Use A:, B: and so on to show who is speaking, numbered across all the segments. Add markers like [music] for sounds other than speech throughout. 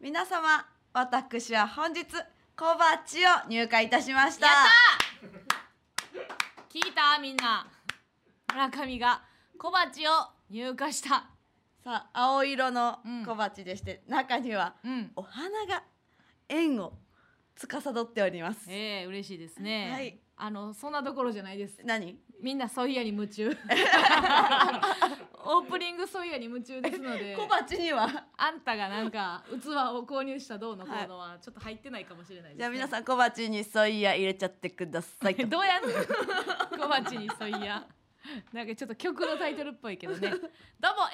A: 皆様私は本日小鉢を入会いたしました
B: やった聞いたみんな村上が小鉢を入荷した
A: さあ青色の
B: うん
A: 小鉢でして、中には
B: うん
A: お花が縁を司っております
B: ええ嬉しいですね、
A: はい
B: あのそんなところじゃないです
A: 何
B: みんなソイヤに夢中
A: [laughs]
B: オープニングソイヤに夢中ですの
A: [laughs]
B: で
A: 小鉢には
B: あんたがなんか器を購入したどうのこうのはちょっと入ってないかもしれないです、ね
A: じゃあ皆さん小鉢にソイヤ入れちゃってくださいと
B: どうやんの小町にそいやなんかちょっと曲のタイトルっぽいけど
A: [laughs]
B: ねどうも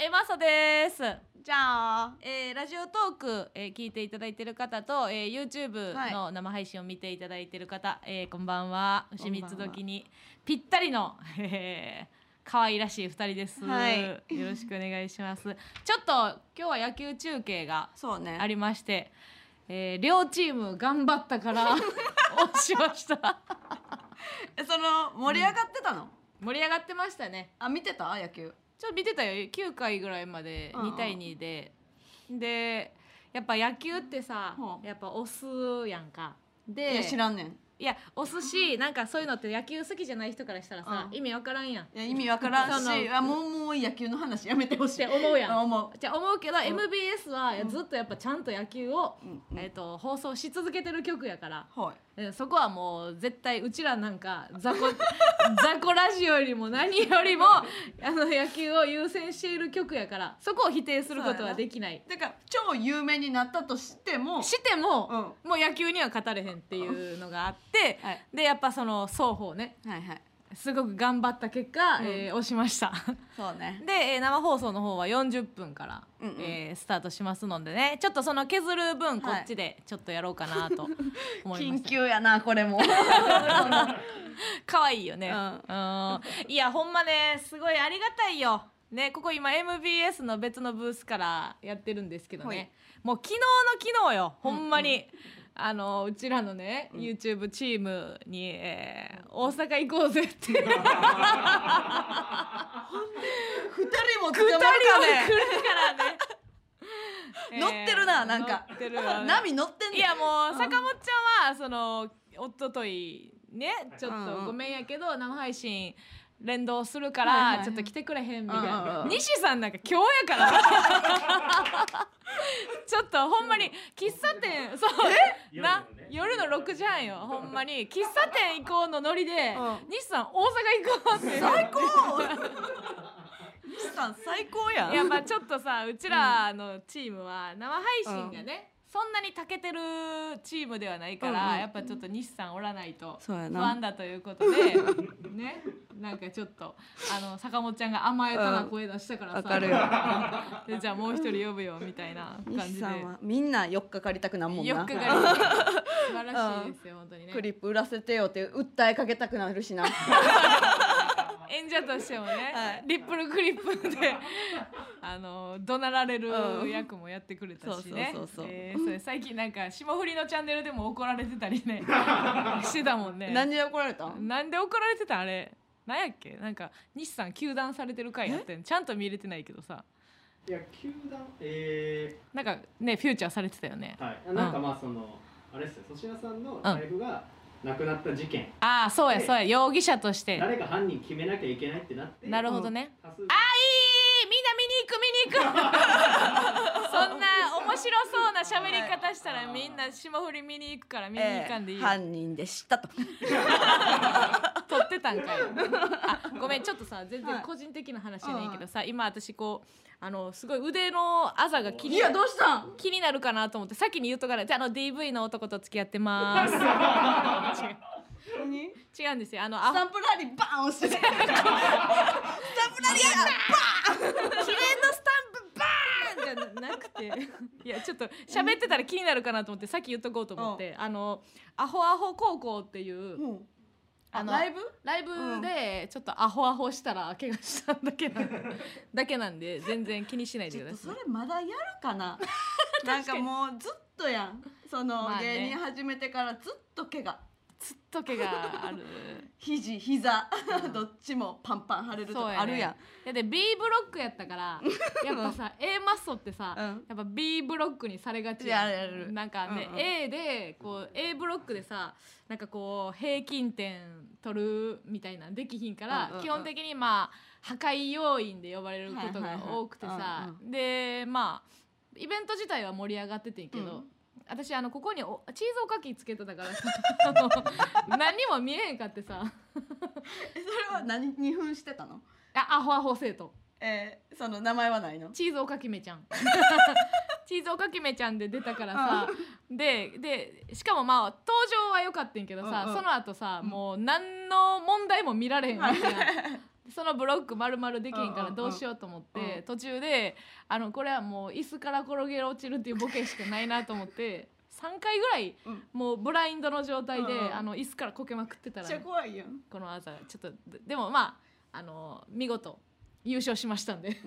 B: エマサです
A: じゃあ
B: えーラジオトーク、えー聞いていただいてる方と、えー YouTube
A: はい
B: の生配信を見ていただいてる方、えーこんばんは
A: んば
B: 牛
A: んは
B: 三つ時にぴったりの、えー可愛らしい二人です、
A: はい
B: よろしくお願いしますちょっと今日は野球中継が
A: そうね
B: ありまして、えー両チーム頑張ったか
A: [laughs]
B: ら押しました
A: えその盛り上がってたの、
B: 盛り上がってましたね
A: あ見てた野球
B: ちょっと見てたよ9回ぐらいまで
A: うんうん
B: 2対2で、でやっぱ野球ってさ、
A: ほう
B: やっぱ押すやんか
A: い
B: で
A: や知らんねん
B: いや押すしなんかそういうのって野球好きじゃない人からしたらさ、
A: うん
B: 意味わからんやんっ
A: いや意味わからん
B: そ
A: し
B: の
A: あもうもう野球の話やめてほしてい
B: 思うやん
A: あ思
B: じゃあ思うけど、MBS はずっとやっぱちゃんと野球を、
A: う、うんうん
B: えっと放送し続けてる曲やから、
A: はい
B: うんそこはもう絶対うちらなんか
A: [laughs]
B: 雑魚雑魚ラジオよりも何よりもあの野球を優先している曲やからそこを否定することはできない
A: だから超有名になったとしても
B: しても、
A: うん
B: もう野球には勝たれへんっていうのがあって、
A: はい
B: でやっぱその双方ね
A: はいはい
B: すごく頑張った結果、
A: うん
B: えー押しました [laughs]
A: そうね
B: で、えー生放送の方は40分から、
A: うんうん
B: えースタートしますのでねちょっとその削る分こっちでちょっとやろうかなと思い
A: [laughs]
B: ま
A: 緊
B: した、
A: 急やなこれも
B: 可愛いよね、
A: う
B: うんん、いやほんまねすごいありがたいよねここ今 MBS の別のブースからやってるんですけど
A: は
B: ね
A: い
B: もう昨日の昨日よほんまに、あのうちらのね、YouTube チームに、えー大阪行こうぜ」って2人も来る
A: 二人も捕まるかね、
B: から [laughs] ね
A: 乗ってるななんか
B: 乗ってる
A: [laughs]
B: わね
A: 波乗ってんね
B: いやもう坂本ちゃんはそのおとといねちょっ
A: うんうん
B: とごめんやけど生配信連動するか
A: はいはいは
B: ら
A: い
B: ちょっと来てくれへんみたい
A: うんうんう
B: なん西さんなんか今日やから [laughs] ちょっとほんまに喫茶店そうな夜の6時半よほんまに喫茶店行こうのノリで
A: うん
B: 西さん大阪行こうって
A: 最高 [laughs] 西さん最高やん
B: いやまあちょっ
A: [laughs]
B: とさうちらのチームは生配信がね、そんなに長けてるチームではないから、
A: うんうん
B: やっぱちょっと西さんおらないと
A: そうや
B: 不
A: な
B: 安だということで [laughs] ねなんかちょっとあの坂本ちゃんが甘えたな声出したからさ、
A: わかるよ
B: [laughs] でじゃあもう一人呼ぶよみたいな感
A: 西
B: じ
A: さん
B: で
A: はみんな4日かかりたくなんもん
B: よ
A: な [laughs]
B: っかかりね素晴らしいですよ本当にね
A: クリップ売らせてよって訴えかけたくなるしな
B: 演者としてもね、
A: はい
B: リップルクリップ
A: [laughs]
B: であの怒鳴られる役もやってくれたしね、
A: うんそうそうそうそう
B: えーそれ最近なんか霜降りのチャンネルでも怒られてたり
A: [laughs]
B: ねしてたもんね
A: 何で怒られたん
B: なんで怒られてたんあれなんやっけなんか西さん糾弾されてる回やってんちゃんと見れてないけどさ
C: いや、球団、え
B: なんかねフューチャーされてたよね
C: ー、はい、なんかまあ、その、あれですよ、粗品さんのライブが亡くなった事件。
B: ああそうやそうや容疑者として
C: 誰か犯人決めなきゃいけないってなって。
B: なるほどね、
C: 多数。
B: あいいみんな見に行く見に行くそんな面白そうな喋り方したらみんな霜降り見に行くから見に行かんでいいよ、
A: 犯人でしたと
B: 撮ってたんかいあごめんちょっとさ全
A: は
B: 然
A: い
B: 個人的な話じゃないけどさ、今私こうあのすごい腕のあざが気
A: い
B: に
A: やどうしたん
B: 気になるかなと思って先に言うとかないじゃああの DV の男と付き合ってます
D: [laughs]
A: 何
B: 違う違うんですよあの
A: ス
B: アホ
A: タンプラリーバーン押してスタンプラリーバーン記念のス
B: じゃなくていやちょっと喋ってたら気になるかなと思ってさっき言っとこうと思って、あのアホアホ高校っていう、
A: タンプ
B: あの
A: ライブ
B: ライブでちょっとアホアホしたら怪我した
A: [laughs]
B: だけなんでだけなんで全然気にしないで
A: ち
B: く
A: ょっ
B: だ
A: と
B: さ
A: そ
B: い
A: れまだやるか
B: [laughs]
A: ななんかもうずっとやんその、
B: まあね
A: 芸人始めてからずっと怪我
B: つっとけがある
A: 肘膝
B: うん
A: [laughs] どっちもパンパン腫れると
B: そうやね
A: かあるやん
B: だって B ブロックやったから
A: [laughs]
B: やっぱさ A マッソってさ、
A: うん
B: やっぱ B ブロックにされがち
A: いややる
B: なんかね、
A: うんうん
B: A でこう A ブロックでさなんかこう平均点取るみたいなのできひんか
A: う
B: ら、
A: んうんうん
B: 基本的にまあ破壊要員で呼ばれることが多くてさ、
A: はいはいはいうん
B: でまあイベント自体は盛り上がっててんけど、
A: うん
B: 私あのここにおチーズおかきつけてたからさ [laughs] あの何にも見えへんかってさ
A: えそれは何に扮してたの
B: あアホアホ生徒
A: えー、その名前はないの
B: チーズおかきめち
A: [laughs]
B: ゃんチーズおかきめちゃんで出たからさででしかもまあ登場は良かったんけどさ、
A: うんうん
B: その後さ、
A: うん
B: もう何の問題も見られへんわけやん
A: [laughs]
B: そのブロック丸々でき
A: う
B: へんか
A: んうん
B: ら
A: うん
B: どうしようと思って、
A: うん
B: 途中であのこれはもう椅子から転げ落ちるっていうボケしかないなと思って3回ぐらい
A: うん
B: もうブラインドの状態で、
A: うんうん
B: あの椅子からこけまくってた
A: めっ
B: ら
A: ち
B: ね、
A: ゃ怖いやん
B: この朝ちょっとででもまああの見事優勝しました
A: [laughs]
B: んで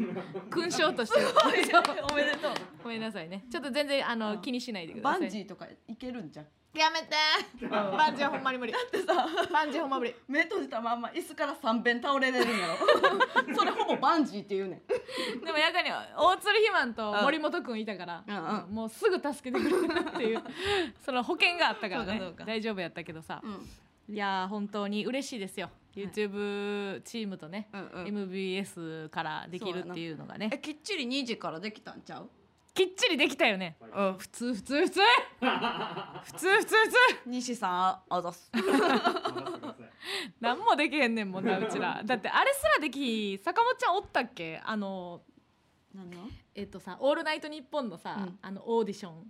B: 勲章として
A: おめでと
B: ごめんなさいね。ちょっと全然あ
A: う
B: の、
A: ん
B: 気にしないでく
A: う
B: だ
A: バ
B: さい。
A: ンジーとかいけるんじゃん
B: やめて。バンジーはほんま
A: [laughs]
B: に無理。だってさ、バンジーほんま無理。
A: 目閉じたまんま椅子から三遍倒れれるん
B: [laughs]
A: やろそれほぼバンジーって言うねん
B: でもやかに大鶴ひまんと森本くんいたから、
A: うんうん
B: もうすぐ助けてくれるっ
A: [laughs]
B: ていうその保険があったから
A: そう
B: ね
A: かそうか
B: 大丈夫やったけどさ、
A: うん
B: いやー本当に嬉しいですよ。YouTube チームとね、
A: うんうん
B: MBS からできるっていうのがね
A: え。きっちり2時からできたんちゃう
B: きっちりできたよね。
A: うん
B: 普通普通
A: [laughs]
B: 普通普通普通普通
A: 西さんあざす
C: 任せてください
B: 何もできへんねんもんなうち
A: [laughs]
B: らだってあれすらできひん坂本ちゃんおったっけあの
A: [laughs] 何の
B: えっとさ「オールナイトニッポン」のさ、
A: うん
B: あのオーディション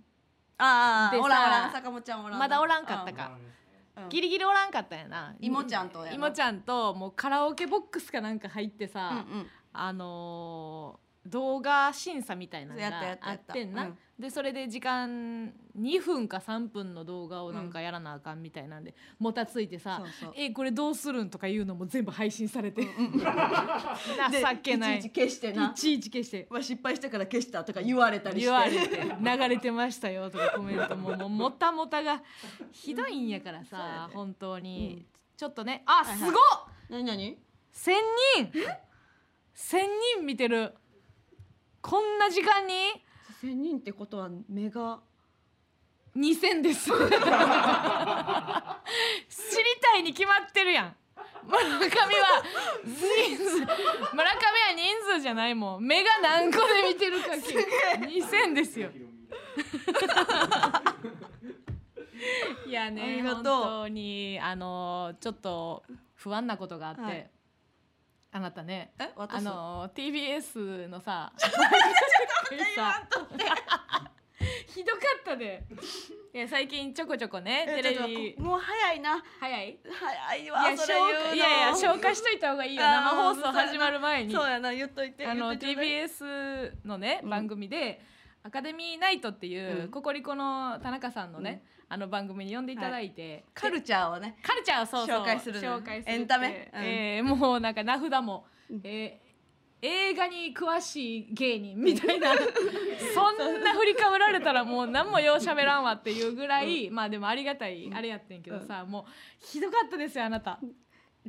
A: ああ
B: でさ
A: おらんおらん坂本ちゃんおらんな
B: まだおらんかった
C: あ
B: か
C: のですね
A: うん
B: ギリギリおらんかったんやな
A: イモちゃんとやな
B: イモちゃんともうカラオケボックスかなんか入って
A: う
B: さ、
A: ん
B: あのー動画審査みたいなの
A: やったや
B: が
A: った
B: あ
A: や
B: っ
A: った
B: てん
A: う
B: な、
A: ん
B: でそれで時間2分か3分の動画をなんかやらなあかんみたいなんで、もたついてさ
A: そうそう
B: えこれどうするん?」とかいうのも全部配信されて、
A: で
B: 情けない
A: いちいち消してない
B: ちいち消して
A: わ失敗したから消したとか言われたりして
B: 言われて流れてましたよとかコメントももうもたもたがひどいんやから
A: そうや
B: さ
A: ね
B: 本当
A: う
B: に
A: ん
B: ちょっとねあ
A: はいはい
B: すごっ
A: 何何
B: 1000人1000人見てるこんな時間に
A: 千人ってことは目が
B: 2000です知りたいに決まってるやん村上は人数村上は人数じゃないもん目が何個で見てるか2000ですよいや
A: あり
B: ね
A: がとう
B: 本当にあのちょっと不安なことがあって、
A: はい
B: あなたね
A: え私
B: あの TBS のささ [laughs] ひどかったでいや最近ちょこちょこね
A: え
B: テレ
A: ちょっと待っ
B: ビ
A: てもう早いな
B: 早い
A: 早い
B: い
A: わ
B: や
A: それ言う
B: 消
A: の
B: 化いやいや消化しといた方がいいよ
A: あー
B: 生放送始まる前に
A: そうやな言っといて
B: あの
A: 言っといてちょうだい
B: TBS のね、
A: うん
B: 番組で「アカデミーナイト」っていう、
A: うん
B: ココリコの田中さんのね、あの番組に呼んでいただいて、
A: カルチャーをね
B: カルチャーをそうそう
A: 紹介するのね
B: 紹介するって
A: エンタメうん
B: えーもうなんか名札も、
A: うん
B: えー映画に詳しい芸人みたいな [laughs] そんな振りかぶら
A: [laughs]
B: れたらもう何もようしゃべらんわっていうぐらい、まあでもありがたいあれやってんけどさ、もうひどかったですよあなた。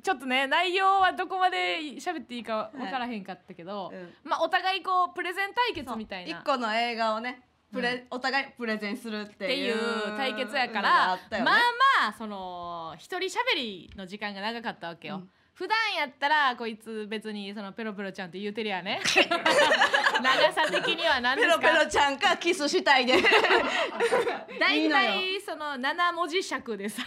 B: ちょっとね内容はどこまで喋っていいか分からへんかったけど、
A: うん
B: まあお互いこうプレゼン対決
A: そう
B: みたいな
A: 一個の映画をねプレ、お互いプレゼンするって
B: って
A: い
B: いうう対決やか
A: のが
B: ら
A: あったよね
B: まあまあその一人喋りの時間が長かったわけよ。
A: うん
B: 普段やったらこいつ別にそのペロペロちゃんって言うてる
A: [laughs]
B: やね長さ的には何で
A: ペ
B: すか
A: ロペロちゃんかキスしたいでい
B: 大
A: いのよ
B: 体その7文字尺でさ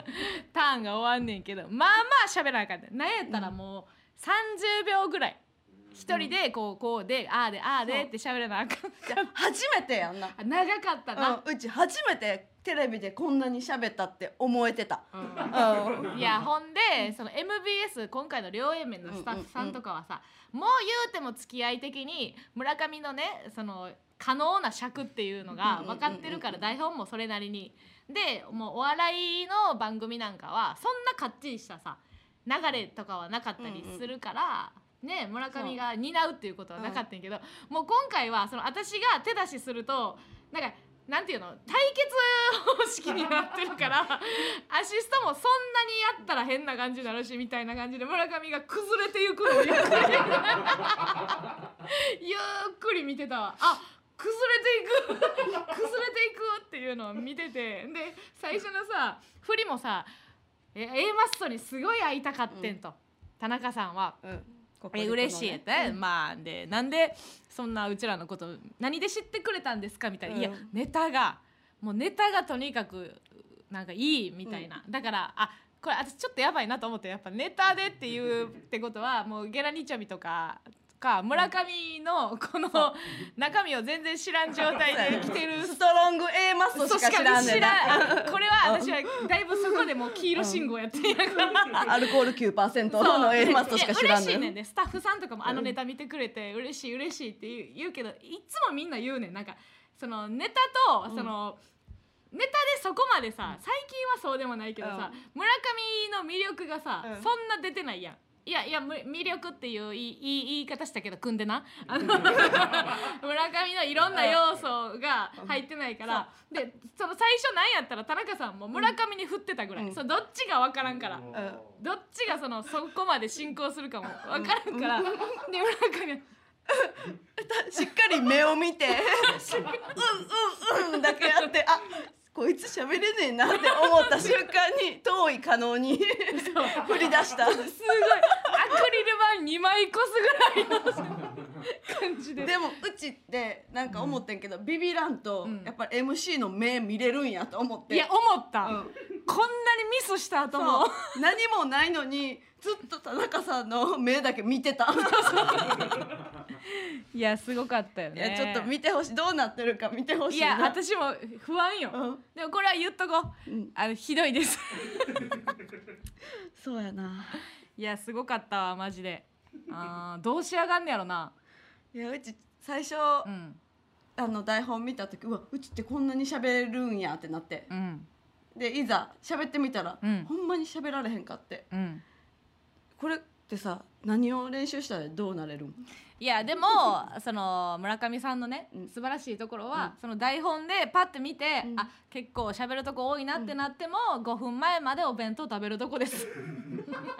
B: [laughs] ターンが終わんねんけどまあまあ喋らなあかったなんやったらもう30秒ぐらい一人でこうこうでああでああでって喋らなあかんじゃ
A: 初めてやんな、
B: あ長かったな、
A: うん、うち初めてテレビでこんなに喋ったって思えてた、うん、
B: いやほんでその MBS 今回の両 A 面のスタッフさんとかはさ、もう言うても付き合い的に村上のねその可能な尺っていうのが分かってるから台本もそれなりに。でもうお笑いの番組なんかはそんなかっちりしたさ流れとかはなかったりするから。ね、村上が担うっていうことはなかったんやけど、もう今回はその私が手出しするとなんかなんていうの対決方式になってるから [laughs] アシストもそんなにやったら変な感じになるしみたいな感じで村上が崩れていくのをやってゆっくり見てたわあ崩れていく [laughs] 崩れていくっていうのを見ててで最初のさ振りもさ「え A マッソにすごい会いたかってんと」田中さんは
A: ここ
B: え
A: で
B: 嬉しい
A: この
B: っ
A: ね
B: て、まあでなんでそんなうちらのこと何で知ってくれたんですかみたいな、いや
A: うん
B: ネタがもうネタがとにかくなんかいいみたいな、だからあこれ私ちょっとやばいなと思ってやっぱネタでっていうってことはもうゲラニチョビとかか村上のこの中身を全然知らん状態で来てる
A: ストロング A マスト
B: そう
A: し
B: しか
A: か知らんねん
B: 知
A: な
B: らんこれは私はだいぶそこでもう黄色信号やってんやから。
A: アルコール9%
B: そう
A: の [laughs] A マストしか知らん
B: いや嬉しいね
A: ね
B: ん
A: ん
B: ねスタッフさんとかもあのネタ見てくれて嬉しい嬉しいって言う言うけどいつもみんな言うねんなんかそのネタ
A: う
B: と
A: ん
B: その、ネタでそこまでさ最近はそうでもないけどさ、村上の魅力がさ、
A: うん
B: そんな出てないやん。いやいやむ魅力っていういいいい言い方したけど組んでなあの村上 [laughs] のいろんな要素が入ってないから、でその最初なんやったら田中さんも村上に振ってたぐらい、
A: うん
B: そのどっちが分からんから、
C: うん
A: うん
B: どっちがそのそこまで進行するかも分からんから、で村上が
A: しっかり目を見てうんうんうんだけやってあこいつ喋れねえなって思った瞬間に遠い可能に振り出した
B: すごいアクリル板2枚こすぐらいの感じで
A: でもうちってなんか思ってんけど、ビビらんと、
B: うん
A: やっぱり MC の目見れるんやと思って
B: いや思った、
A: うん
B: こんなにミスした後
A: そう
B: も
A: 何もないのにずっと田中さんの目だけ見てた
B: いやすごかったよ
A: いや
B: ね
A: ちょっと見てほしいどうなってるか見てほし
B: い
A: いな
B: や私も不安よ、
A: うん
B: でもこれは言っとこう
A: うん
B: あのひどいです
A: そうやない
B: やすごかったわマジであーどうしやがんねやろな、
A: いやうち最初、
B: うん
A: あの台本見た時うわうちってこんなに喋るんやってなって
B: うん
A: でいざ喋ってみたら、
B: うん
A: ほんまに喋られへんかって
B: うん、
A: これってさ何を練習したらどうなれるん
B: い
A: [laughs]
B: やでもその村上さんのね
A: うん
B: 素晴らしいところは、その台本でパッて見て、
A: うん
B: あ結構喋るとこ多いなってなっても、5分前までお弁当食べるとこです [laughs]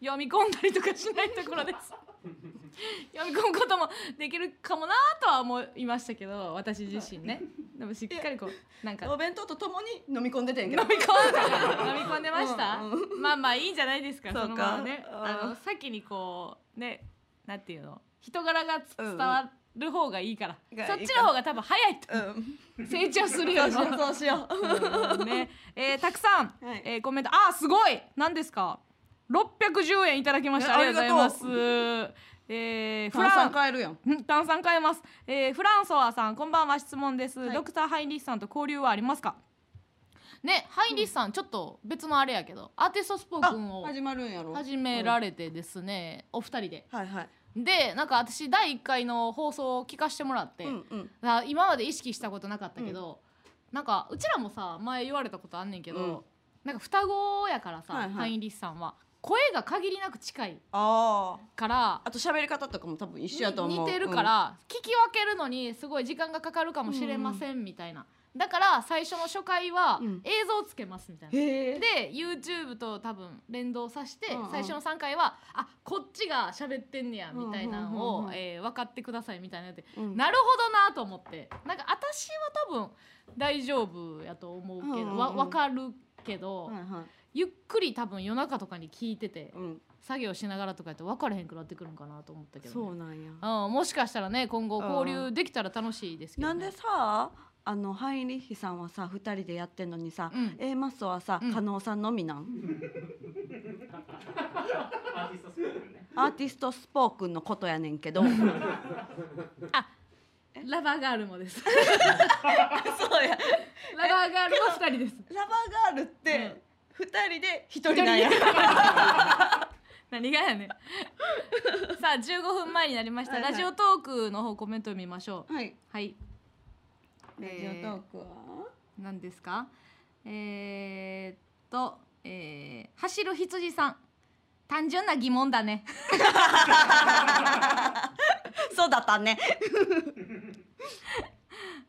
B: 読み込んだりとかしないところです [laughs] 読み込むこともできるかもなとは思いましたけど私自身ねでもしっかりこうなんか
A: お弁当とともに飲み込んでてんやけ
B: 飲
A: ど
B: み込んだ飲み込んでました、
A: うん
B: [laughs] まあまあいいんじゃないですか
A: そうか
B: そのままね
A: うん
B: あの先にこうねなんていうの人柄がつ伝わる方がいいから、
A: がいいか
B: そっちの方が多分早いと
A: うん
B: 成長するよりも
A: そうしようそうしよう
B: うんね、えーたくさん、
A: はい
B: えーコメントあーすごい何ですか610円いただきましたあ
A: え
B: りがとうございますえー、フ
A: フラン
B: ラ
A: さ
B: ン
A: ん帰るやん
B: うん炭酸変えます、えーフランソワさんこんばんは質問です、
A: はい
B: ドクターハインリッシュさんと交流はありますかねハインリッシュさん、ちょっと別のあれやけどアーティストスポークンを
A: あ始まるんやろ
B: 始めら
A: れ、
B: れてですね、お二人で
A: うんはいはい
B: でなんか私第1回の放送を聞かしてもらって、
A: うんうん
B: あ今まで意識したことなかったけど、なんかうちらもさ前言われたことあんねんけど、
A: うん
B: なんか双子やからさ、
A: はいはい
B: ハインリッシュさんは声が限りなく近い
A: ああ
B: から
A: あと喋り方とかも多分一緒やと思う
B: に似てるか、ら、聞き分けるのにすごい時間がかかるかもしれませんみたいな、だから最初の初回は
A: うん
B: 映像をつけますみたいな、
A: へえ
B: で YouTube と多分連動させて、
A: うんうん
B: 最初の3回はあこっちが喋ってんねやみたいなの
A: うん
B: を、
A: うんうんうん
B: えー分かってくださいみたいなので、
A: うん
B: なるほどなと思ってなんか私は多分大丈夫やと思うけど、
A: うんうんうん
B: わ分かるけど、
A: はいはい
B: ゆっくり多分夜中とかに聞いてて、
A: うん、
B: 作業しながらとかやって分からへんくなってくるんかなと思ったけどね、
A: そうなんや
B: うん、もしかしたらね今後
A: うん
B: 交流できたら楽しいですけど、
A: な
B: ね、
A: んでさあのハインリッヒさんはさ二人でやってんのにさ、
B: うん
A: A マッソはさ、
B: うん
A: 加納さんのみなん
C: アーティストスクールね
A: アーティストスポークンのことやねん
B: [laughs]
A: けど
B: ラバーガールもです
A: [laughs] そうや
B: ラバーガールも二人です
A: ラバーガールって二人で一人なんや
B: 一何がや [laughs] ねんさあ15分前になりました、
A: はいはい
B: ラジオトークの方コメントを見ましょう [laughs]
A: はい
B: はい
A: ラジオトークは、
B: 何ですかえー、っと、えー、走る羊さん単純な疑問だね
A: そうだったね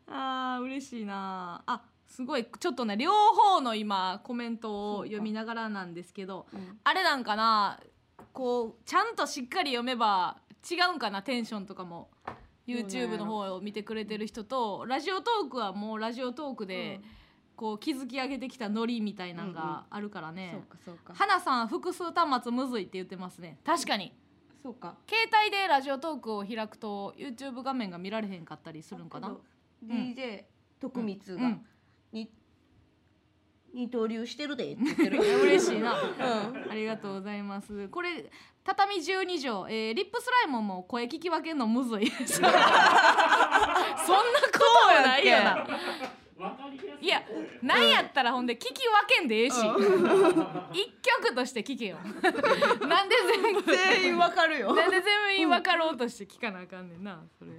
B: ああー嬉しいなあすごいちょっとね両方の今コメントを読みながらなんですけど
A: うん
B: あれなんかなこうちゃんとしっかり読めば違うんかなテンションとかも
A: どうなんやろ
B: YouTube の方を見てくれてる人とラジオトークはもうラジオトークでこう築き上げてきたノリみたいなんがあるから
A: うんそ
B: ね
A: う。かそうか
B: 花さん複数端末むずいって言ってますね確かに
A: そうか
B: 携帯でラジオトークを開くと YouTube 画面が見られへんかったりするんかな
A: あけど DJ 徳光
B: う
A: が
B: ん
A: に二刀流してるでって言ってる
B: [laughs] 嬉しいな
A: う
B: ありがとうございます。これ畳12畳、えーリップスライムも声聞き分けんのむ
A: [laughs]
B: ずい。そんなことはないよな。
C: わかりやすい
B: いやなんやったらほんで聞き分けんでええし、 [laughs]
A: うん
B: 一曲として聞けよ。 [laughs]
A: [laughs]
B: なんで全部
A: 全員わかる
B: [laughs]
A: よ
B: なんで全員分かろうとして聞かなあかんねんな。それ。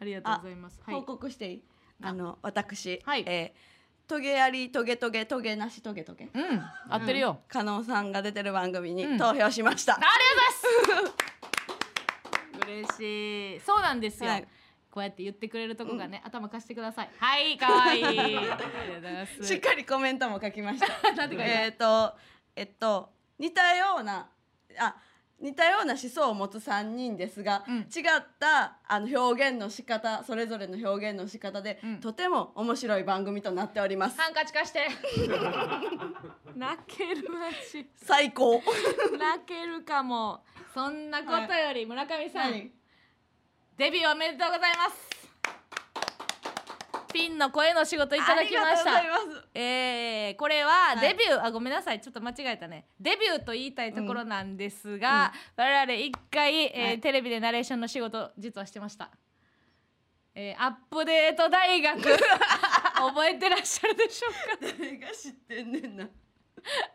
B: ありがとうございます。はい
A: 報。告していい
B: あ
A: あの私、
B: はい
A: えートゲありトゲトゲトゲなしトゲトゲ
B: うん、合ってるよ。
A: 加納さんが出てる番組
B: うん
A: に投票しました、
B: ありがとうございます。嬉しい。そうなんですよ。
A: はい
B: こうやって言ってくれるとこがね、頭貸してください。はい、可 [laughs] 愛いありがとうございます。
A: しっかりコメントも書きました
B: [laughs] なんて書いてある
A: えっとえっと似たようなあ似たような思想を持つ3人ですが、
B: うん
A: 違ったあの表現の仕方それぞれの表現の仕方で、
B: うん
A: とても面白い番組となっております
B: ハンカチ貸して。 [laughs] 泣ける味。
A: 最高
B: 泣けるかも。そんなことより、村上さん、
A: はい
B: デビューおめでとうございます。ピンの声の仕事いただきました。
A: ありがとうございます
B: えーこれは
A: はい
B: デビュー、あごめんなさいちょっと間違えたねデビューと言いたいところなんですが、我々一回、えー
A: はい
B: テレビでナレーションの仕事実はしてました、えーアップデート
A: [laughs]
B: 大学覚えてらっしゃるでしょうか
A: 誰が知ってんねんな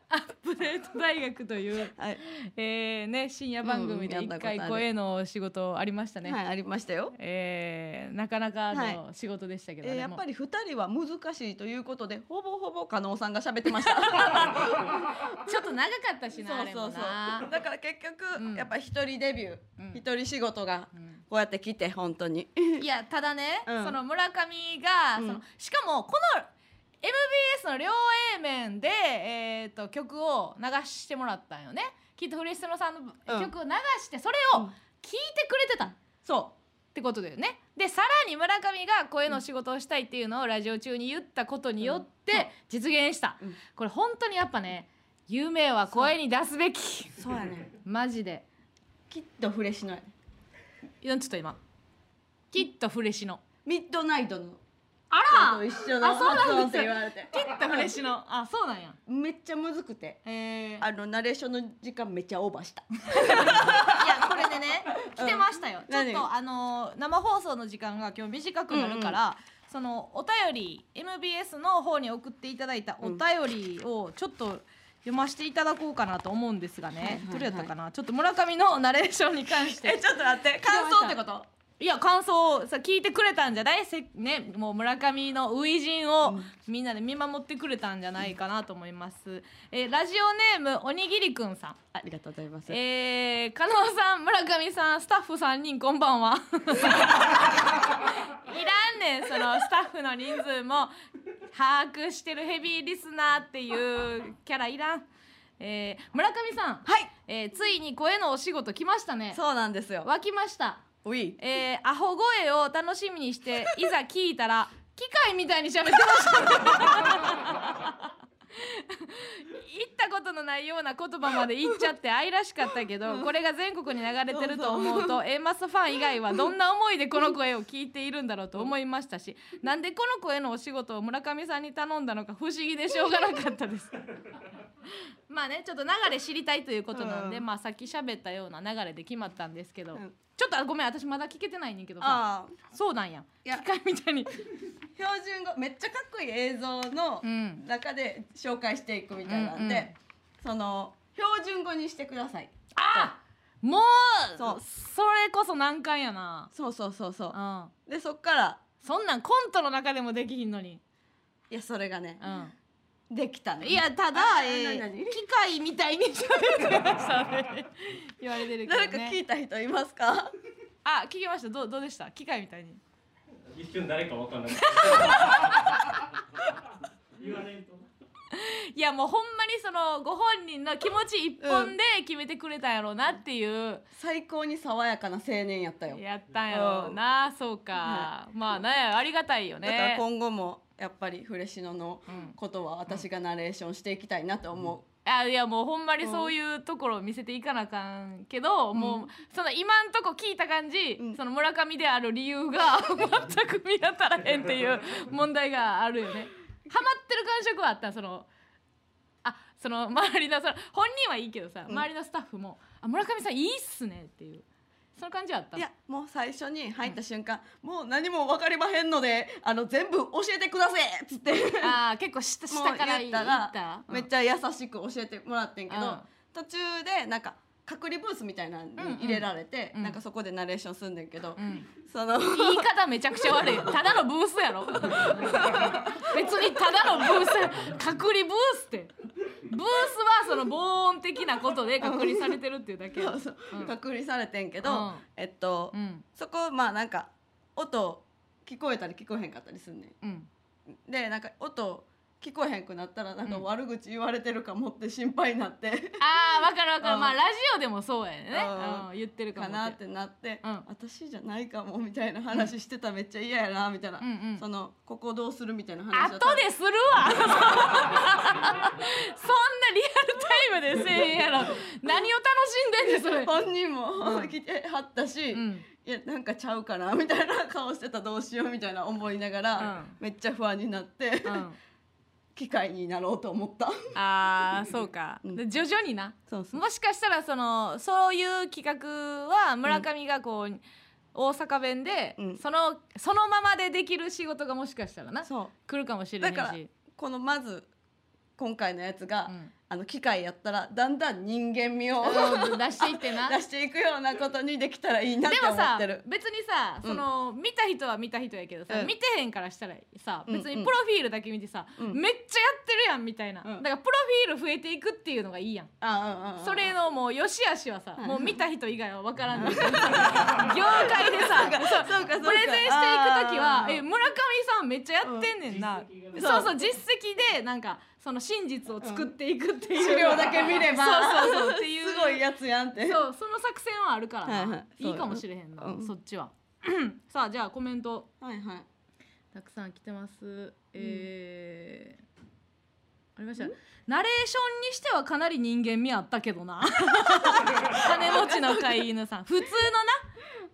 B: アップデート大学という、
A: はい、
B: えーね、深夜番組で
A: うんやった
B: 一
A: ことある
B: 回声の仕事ありましたね、
A: はい、ありましたよ
B: えーなかな
A: は
B: かの仕事でしたけど、
A: えー
B: ね
A: やっ
B: も
A: ぱり2人は難しいということでほぼほぼ加納さんが喋ってましたそ
B: [laughs]
A: う
B: ちょっと長かったしなあれ
A: そ
B: も
A: うそう
B: な
A: だから結局、
B: うん
A: やっぱ一人デビュー
B: うん
A: 一、人仕事が
B: うん
A: こうやって来て本当に
B: [laughs] いやただね、
A: うん
B: その村上が、
A: うん
B: そのしかもこの MBS の両 A 面で、えー、と曲を流してもらったんよねきっとフレスノさん
A: う
B: の
A: ん
B: 曲を流してそれ
A: う
B: を
A: ん
B: 聴いてくれてたっ
A: そ
B: てことだよね。でさらに村上が声の仕事をしたいっていうのをラジオ中に言ったことによって
A: うんそう
B: 実現した、
A: うん
B: これ本当にやっぱね夢は声に出すべき
A: うそうやね
B: マジで
A: きっとフレシのやね
B: いやちょっと今きっとフレシノ
A: ミッドナイトの
B: あ
A: と一緒の
B: あそう
A: 発
B: な
A: 音
B: ん
A: っ
B: です
A: て
B: よ
A: 言われて
B: きっとフレシノあそうなんや
A: めっちゃむずくて
B: へえ
A: あのナレーションの時間めっちゃオーバー
B: [laughs]
A: した
B: いやこれ
A: [laughs]
B: でね来てましたよ、ちょっ
A: 何
B: とあのー生放送の時間が今日短くなるから、そのお便り MBS の方に送っていただいたお
A: うん
B: 便りをちょっと読ませていただこうかなと思うんですがね、
A: はいはいはい
B: どれやったかなちょっと村上のナレーションに関して
A: ちょっと待って
B: 感想ってこといや感想をさ聞いてくれたんじゃないせねもう村上の初陣をみんなで見守ってくれたんじゃないかなと思います、えーラジオネームおにぎりくんさん
A: ありがとうございます
B: えー、加納さん村上さんスタッフ3人こんばん [laughs] はいらんねんそのスタッフの人数も把握してるヘビーリスナーっていうキャラいらん、えー、村上さん、
A: はい
B: えー、ついに声のお仕事来ましたね
A: そうなんですよ
B: 湧きました
A: ウィー
B: えー、アホ声を楽しみにしていざ聞いたら機械みたいに喋ってま [laughs] した言ったことのないような言葉まで言っちゃって愛らしかったけどこれが全国に流れてると思うと A マスファン以外はどんな思いでこの声を聞いているんだろうと思いましたしなんでこの声のお仕事を村上さんに頼んだのか不思議でしょうがなかったです。まあねちょっと流れ知りたいということなんで、
A: うん
B: まあさっき喋ったような流れで決まったんですけど、
A: うん
B: ちょっとあごめん私まだ聞けてないねんけどさ
A: ああ
B: そうなんや
A: いや
B: 機械みたいに
A: 標準語めっちゃかっこいい映像の
B: [laughs] うん
A: 中で紹介していくみたいなんで、
B: うんうん
A: その標準語にしてください
B: あもう
A: そ
B: そうれこそ難関やな
A: そうそうそうそう
B: うん
A: でそっから
B: そんなんコントの中でもできひんのに
A: いやそれがね
B: う、ん
A: できたね
B: いやただ
A: あ、
B: え
A: な
B: ー
A: になに
B: 機械みたいに喋ってましたね [laughs] 言われてるけど
A: 誰
B: ね
A: か聞いた人いますか [laughs]
B: あ聞きましたどうどうでした機械みたいに
C: 一瞬誰かわかんない言わないと
B: いやもうほんまにそのご本人の気持ち一本で決めてくれたんやろうなっていう、
A: 最高に爽やかな青年やったよ、
B: やったんやろうな、そうか、まあなんやありがたいよね
A: だから今後もやっぱりフレシノの
B: うん
A: ことは私がナレーションしていきたいなと思う、
B: あいやもうほんまにそういうところを見せていかなあかんけど、
A: ん
B: もうその今んとこ聞いた感じ、
A: うん
B: その村上である理由
A: [laughs]
B: が全く見当たらへんっていう問題があるよね。ハマってる感触はあったそのあその周りのその本人はいいけどさ、
A: うん
B: 周りのスタッフも「あ村上さんいいっすね」っていうその感じはあった
A: いやもう最初に入った瞬間、もう何も分かりまへんのであの全部教えてくださいっつって
B: あー結構下下から
A: もう言
B: 言
A: っ
B: ったた
A: ら
B: うん
A: めっちゃ優しく教えてもらってんけど、
B: うん
A: 途中でなんか隔離ブースみたいなのに入れられて、
B: うんうん
A: なんかそこでナレーションすんねんけど、
B: うん
A: そ
B: [laughs]
A: の
B: 言い方めちゃくちゃ悪いただのブースやろ別にただのブース隔離ブースってブースはその防音的なことで隔離されてるっていうだけや
A: そうそう
B: うん
A: 隔離されてんけど、
B: うん
A: えっと、
B: うん
A: そこまあなんか音聞こえたり聞こえへんかったりすんね
B: うん
A: ん。でなんか音聞こえへんくなったらなんか
B: うん
A: 悪口言われてるかもって心配にな
B: [laughs]
A: って、
B: ああ分かる分か
A: う
B: る
A: ん
B: まあラジオでもそうやね
A: うん
B: うん言ってるかも
A: かなってなって、
B: うん
A: 私じゃないかもみたいな話してためっちゃ嫌やなみたいな、
B: うんうん
A: そのここどうするみたいな話
B: 後でするわ [laughs] そんなリアルタイムでせえへんやろ何を楽しんでんねんそ [laughs]
A: [laughs]
B: れ
A: 本人も、
B: うん
A: 来てはったし、
B: うん
A: いやなんかちゃうかなみたいな顔してたどうしようみたいな思いながら、
B: うん
A: めっちゃ不安になって、
B: うん
A: 機械になろうと思った
B: あーそうか
A: うん
B: で徐々にな
A: そうそう
B: もしかしたらそのそういう企画は村上がこう、大阪弁で、
A: うん
B: そのそのままでできる仕事がもしかしたらな
A: そう
B: 来るかもしれないし
A: だからこのまず今回のやつが、
B: うん
A: あの機械やったらだんだん人間味を [laughs]
B: うん出していってな。
A: 出していくようなことにできたらいいなって
B: で
A: 思
B: も
A: っ
B: さ
A: てる。
B: 別にさ
A: うん
B: その、見た人は見た人やけどさ、
A: うん
B: 見てへんからしたらさ
A: うん
B: 別にプロフィールだけ見てさ、
A: うん
B: めっちゃやってるやんみたいな、
A: うん
B: だからプロフィール増えていくっていうのがいいやん。
A: あうんうんうん
B: それのもう良し悪しはさ、
A: はい
B: もう見た人以外は分からんの業
A: [laughs]
B: 界でさそ
A: そうか
B: う
A: そうか
B: プレゼンしていく時は
A: あ
B: 「
A: ー
B: え村上さんめっちゃやってんねんな」
C: うん
B: そうそう実績でなんかその真実を作っていくっていう、
A: 資料だけ見れば
B: そうそうそうっていう
A: すごいやつやんって
B: そうその作戦はあるからな、
A: はい
B: い
A: はい
B: い、かもしれへんな、
A: うん
B: そっちは [clears throat] さあじゃあコメント
A: はいはい
B: たくさん来てますえーありましたナレーションにしてはかなり人間味あったけど [laughs] な金持ちの飼い犬さん普通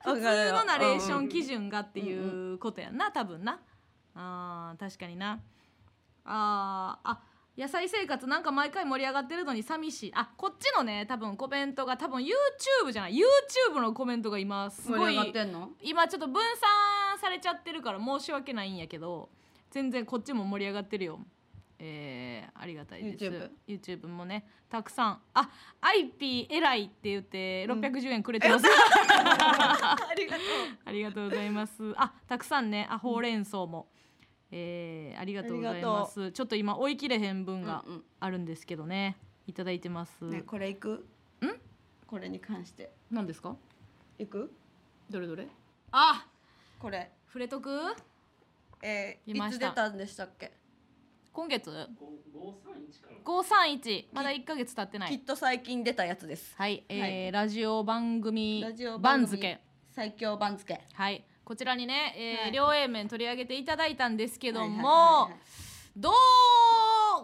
B: のな普通のナレーション基準がっていうことやんな多分なあー確かになあーあ野菜生活なんか毎回盛り上がってるのに寂しいあこっちのね多分コメントが多分 YouTube じゃない YouTube のコメントが今すごい
A: 盛り上がってんの
B: 今ちょっと分散されちゃってるから申し訳ないんやけど全然こっちも盛り上がってるよえー、ありがたいです
A: YouTube
B: YouTube もねたくさんあアイピー偉いって言って610円くれてます、
A: ありがと
B: [laughs] ありがとうございますあたくさんねあほうれん草も、えー、ありがとうございま
A: あ
B: すちょっと今追い切れへん分
A: う
B: が
A: ん
B: あるんですけどねいただいてます、
A: うんねこれいくこれに関して
B: 何ですか
A: いく
B: どれどれあ
A: これ
B: 触れとく
A: えー
B: いま
A: い
B: し
A: つ
B: た
A: 出たんでしたっけ
B: 今月
C: 五三一から
B: 531まだ1ヶ月経ってない
A: きっと最近出たやつです
B: はい、えーラジオ番組
A: ラジオ
B: 番
A: 番組
B: 付
A: 最強番付
B: はいこちらにね、えー
A: はい
B: 両 A 面取り上げていただいたんですけども、
A: はいはいはいはい
B: ど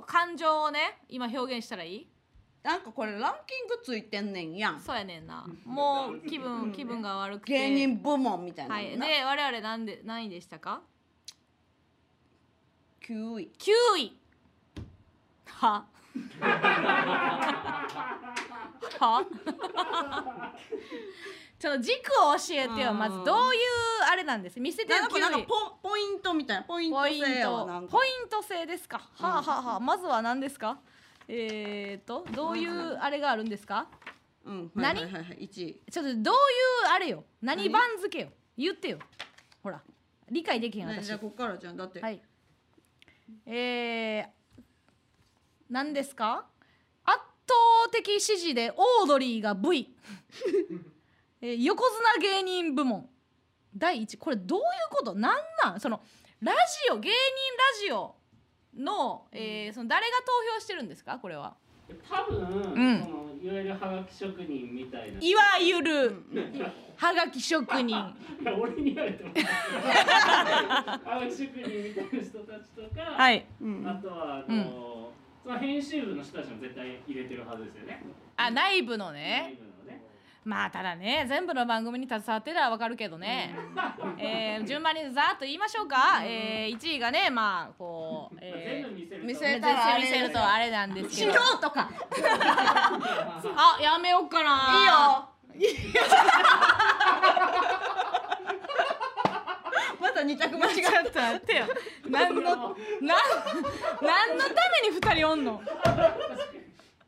B: う感情をね今表現したらいい
A: なんかこれランキングついてんねんやん
B: そうやねんなもう気分気分が悪くて
A: 芸人部門みたいな
B: は
A: の
B: い
A: な
B: で我々なんで何位でしたか
A: 9位
B: 9位ははちょっと軸を教えてよまずどういうあれなんです見せてよ
A: なんかなんか
B: 9位
A: ポポイントみたいなポイント
B: ポイン
A: 制
B: ト
A: はなんか
B: ポイント制ですか。はあ、はあはあ、まずは何ですか。えー、っとどういうあれがあるんですか。
A: うんはい
B: 何
A: はいはいはい1位
B: ちょっとどういうあれよ。何番付けよ。言ってよ。ほら理解できへん
A: ね
B: 私。
A: じゃあ
B: は
A: こっからじゃんだって
B: い。えー、何ですか。圧倒的支持でオードリーが V。えー横綱芸人部門。第一これどういうことなんなんそのラジオ芸人ラジオの,、えーその誰が投票してるんですかこれは
D: 多分、
B: うん
D: そのいわゆるはがき職人みたいな。
B: いわゆ
A: うん
B: る
A: うん
B: はがき職人
D: いや俺に言われても。はがき職人みたいな人たちとか、
B: はい
A: うん
D: あとはあの、その編集部の人たちも絶対入れてるはずですよね。
B: あ内部のね
D: 内部のね。
B: まあただね全部の番組に携わってたらわかるけどね、えー順番にざーっと言いましょうか、えー、1位がねまあこう、
D: まあ
B: えー
D: 全部見せ
A: 見せ
B: 全
D: ると。
A: たらあれ
B: 然見せるとあれなんですけど
A: とか
B: あやめようかない
A: いよ
B: [laughs]
A: [laughs] また二択間違
B: ちょっと待ってよ何のなん何のために二人おんの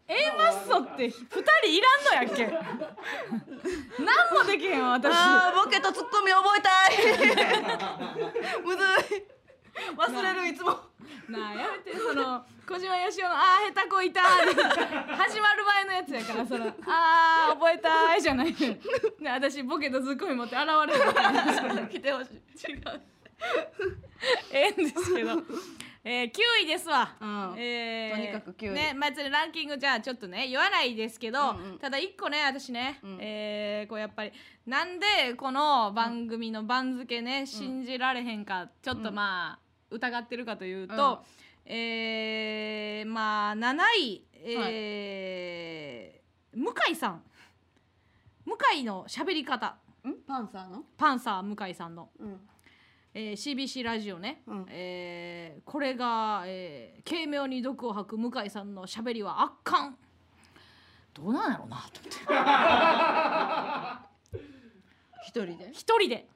B: A マッソって二人いら
A: [laughs]
B: んのやっけ何もできへんわ私
A: あーボケとツッコミ覚えたいむずい忘れるいつも
B: なあやめてその小島よしおの「ああ下手こいた」始まる前のやつやからその「ああ覚えたー」じゃないねんね私ボケとツッコミ持って現れ
A: [laughs]
B: る
A: 来てほしい
B: 違うええんですけど、えー、9位ですわ
A: うん
B: えー
A: とにかく9位
B: ねまあそれランキングじゃあちょっとね言わないですけど、
A: うんうん
B: ただ一個ね私ね、
A: うん
B: えーこうやっぱりなんでこの番組の番付ね、信じられへんかちょっとまあ、疑ってるかというと、えーまあ7位、えー向井さん向井の喋り方
A: んパンサーの
B: パンサー向井さんの、
A: うん
B: えー CBC ラジオね、
A: うん
B: えーこれが、えー軽妙に毒を吐く向井さんのしゃべりは圧巻どうなんやろうなと思って
A: 一人で
B: 一人で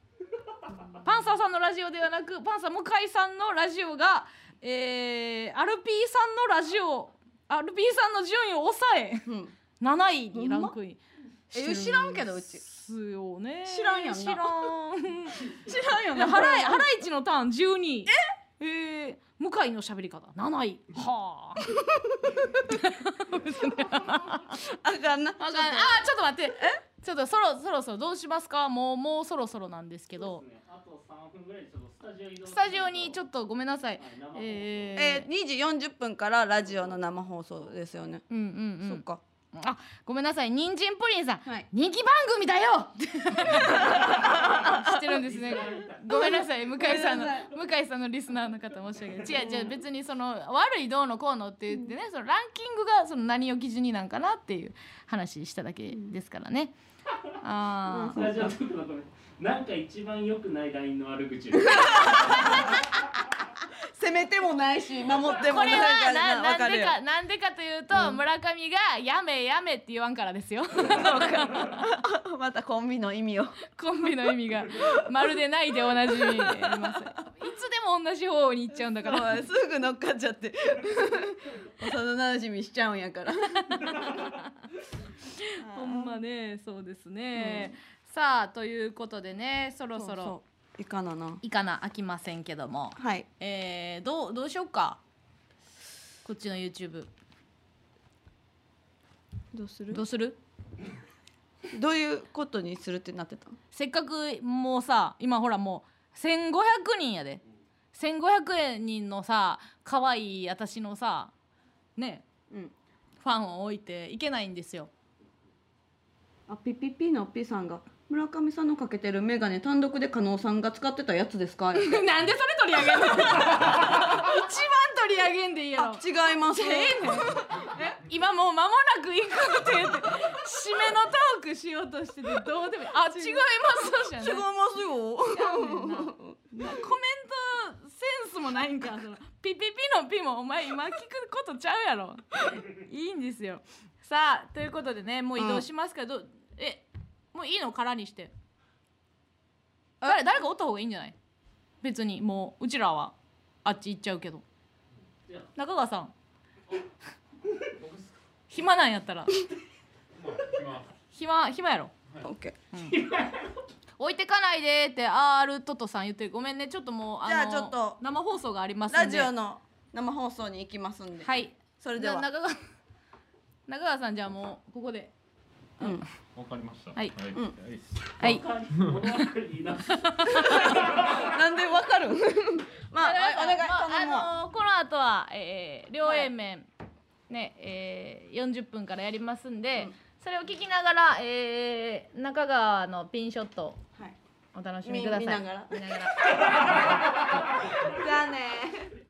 B: パンサーさんのラジオではなくパンサー向井さんのラジオが、えー、アルピーさんのラジオアルピーさんの順位を抑え
A: うん
B: 7位にランクインしてる
A: え知らんけどうち
B: ですよね
A: 知らんやんな
B: 知ら
A: 知
B: ん
A: らんよ
B: [laughs] でハライハライチのターン12位。ええー、向井の喋り方7位。はあ。 [laughs]
A: あかんな
B: あちょっと待って。ちょっとそろそろそろどうしますか。もうもうそろそろなんですけ
D: そ
B: ど
D: う。ですね。あと三分ぐらいでちょっとスタジオ移動。
B: スタジオにちょ
D: っ
B: っとごめんなさい
D: と。はい、生放送
B: え
A: え
B: ー、
A: ー、2時40分からラジオの生放送ですよね、
B: うんうんう
A: そっ
B: ん。
A: か
B: あごめんなさい。人参プリンさん。
A: はい
B: 人気番組だ [laughs] よ。知ってるんですね。ごめんなさい向井さんの
A: ご
B: 向井さんのリスナーの方申し訳ない。違う違う別にその悪いどうのこうのって言ってね、そのランキングがその何を基準になんかなっていう話しただけですからね。あ
D: スタジオトークのコメントなんか一番良くないラインの悪口です。
A: 攻めてもないし守って
B: あ。こ
A: もない
B: れ
A: か
B: は
A: ら
B: な
A: なわ
B: なん
A: る
B: で
A: よ
B: かなんでかというと、村上がやめやめって言わんからですよ。 [laughs]
A: またコンビの意 [laughs] 味を
B: コンビの意味 [laughs] がまるでないでおなじみえーいます。いつでも同じ方に行っちゃうんだから。
A: そうすぐ乗っかっちゃって幼なじみしちゃうんや [laughs] から
B: ほん
A: [laughs]
B: まね、そうですね。さあということでね、そろそろ
A: ういかなない
B: かな飽きませんけども、
A: はい
B: えー、どうどうしようか。こっちの YouTube
A: どうする
B: ど
A: ど
B: うする？
A: ういうことにするってなってたの
B: せっかくもうさ、今ほらもう1500人やで。1500人のさ、可愛い私のさ、ね、
A: うん
B: ファンを置いていけないんですよ。
A: あピピピのピさんが村上さんのかけてるメガネ単独で加納さんが使ってたやつですか [laughs] 違い
B: [laughs] なんでそれ取り上げんの一番取り上げんでいいやろ
A: ます
B: 今もう間もなく行くって言って締めのトークしようとしててどうでもいいあ違いますじゃない
A: 違い
B: コメ
A: ますよ
B: ントセンスもないんかそのピピピのピもお前今聞くことちゃうやろいいんですよさあということでねもう移動しますけど、えもういいの空にして誰誰かおった方がいいんじゃない別にもううちらはあっち行っちゃうけど
D: いや
B: 中川さん
C: 僕っすか
B: 暇なんやったら
C: まあまあ
B: 暇暇やろ
A: [laughs] オッケー
B: 置いてかないでってあーあるととさん言ってるごめんねちょっともうあの
A: じゃあちょっと
B: 生放送がありますんで
A: [laughs] ラジオの生放送に行きますんで、
B: はい [laughs]
A: それでは
B: な中川中川さんじゃあもうここで
A: うん
E: わかりました。
B: はい
E: はい。
A: うん
E: はい
A: はい
D: わかり物分かりになってる
A: なんでわかるん [laughs] まああお願い頼むわ
B: あのーこの後は、えー、両 A 面、ね、えー、40分からやりますんで、
A: うん
B: それを聞きながら、えー、中川のピンショット
A: はい
B: お楽しみ
A: み
B: ください。
A: 見ながら
B: 見ながら
A: じゃあね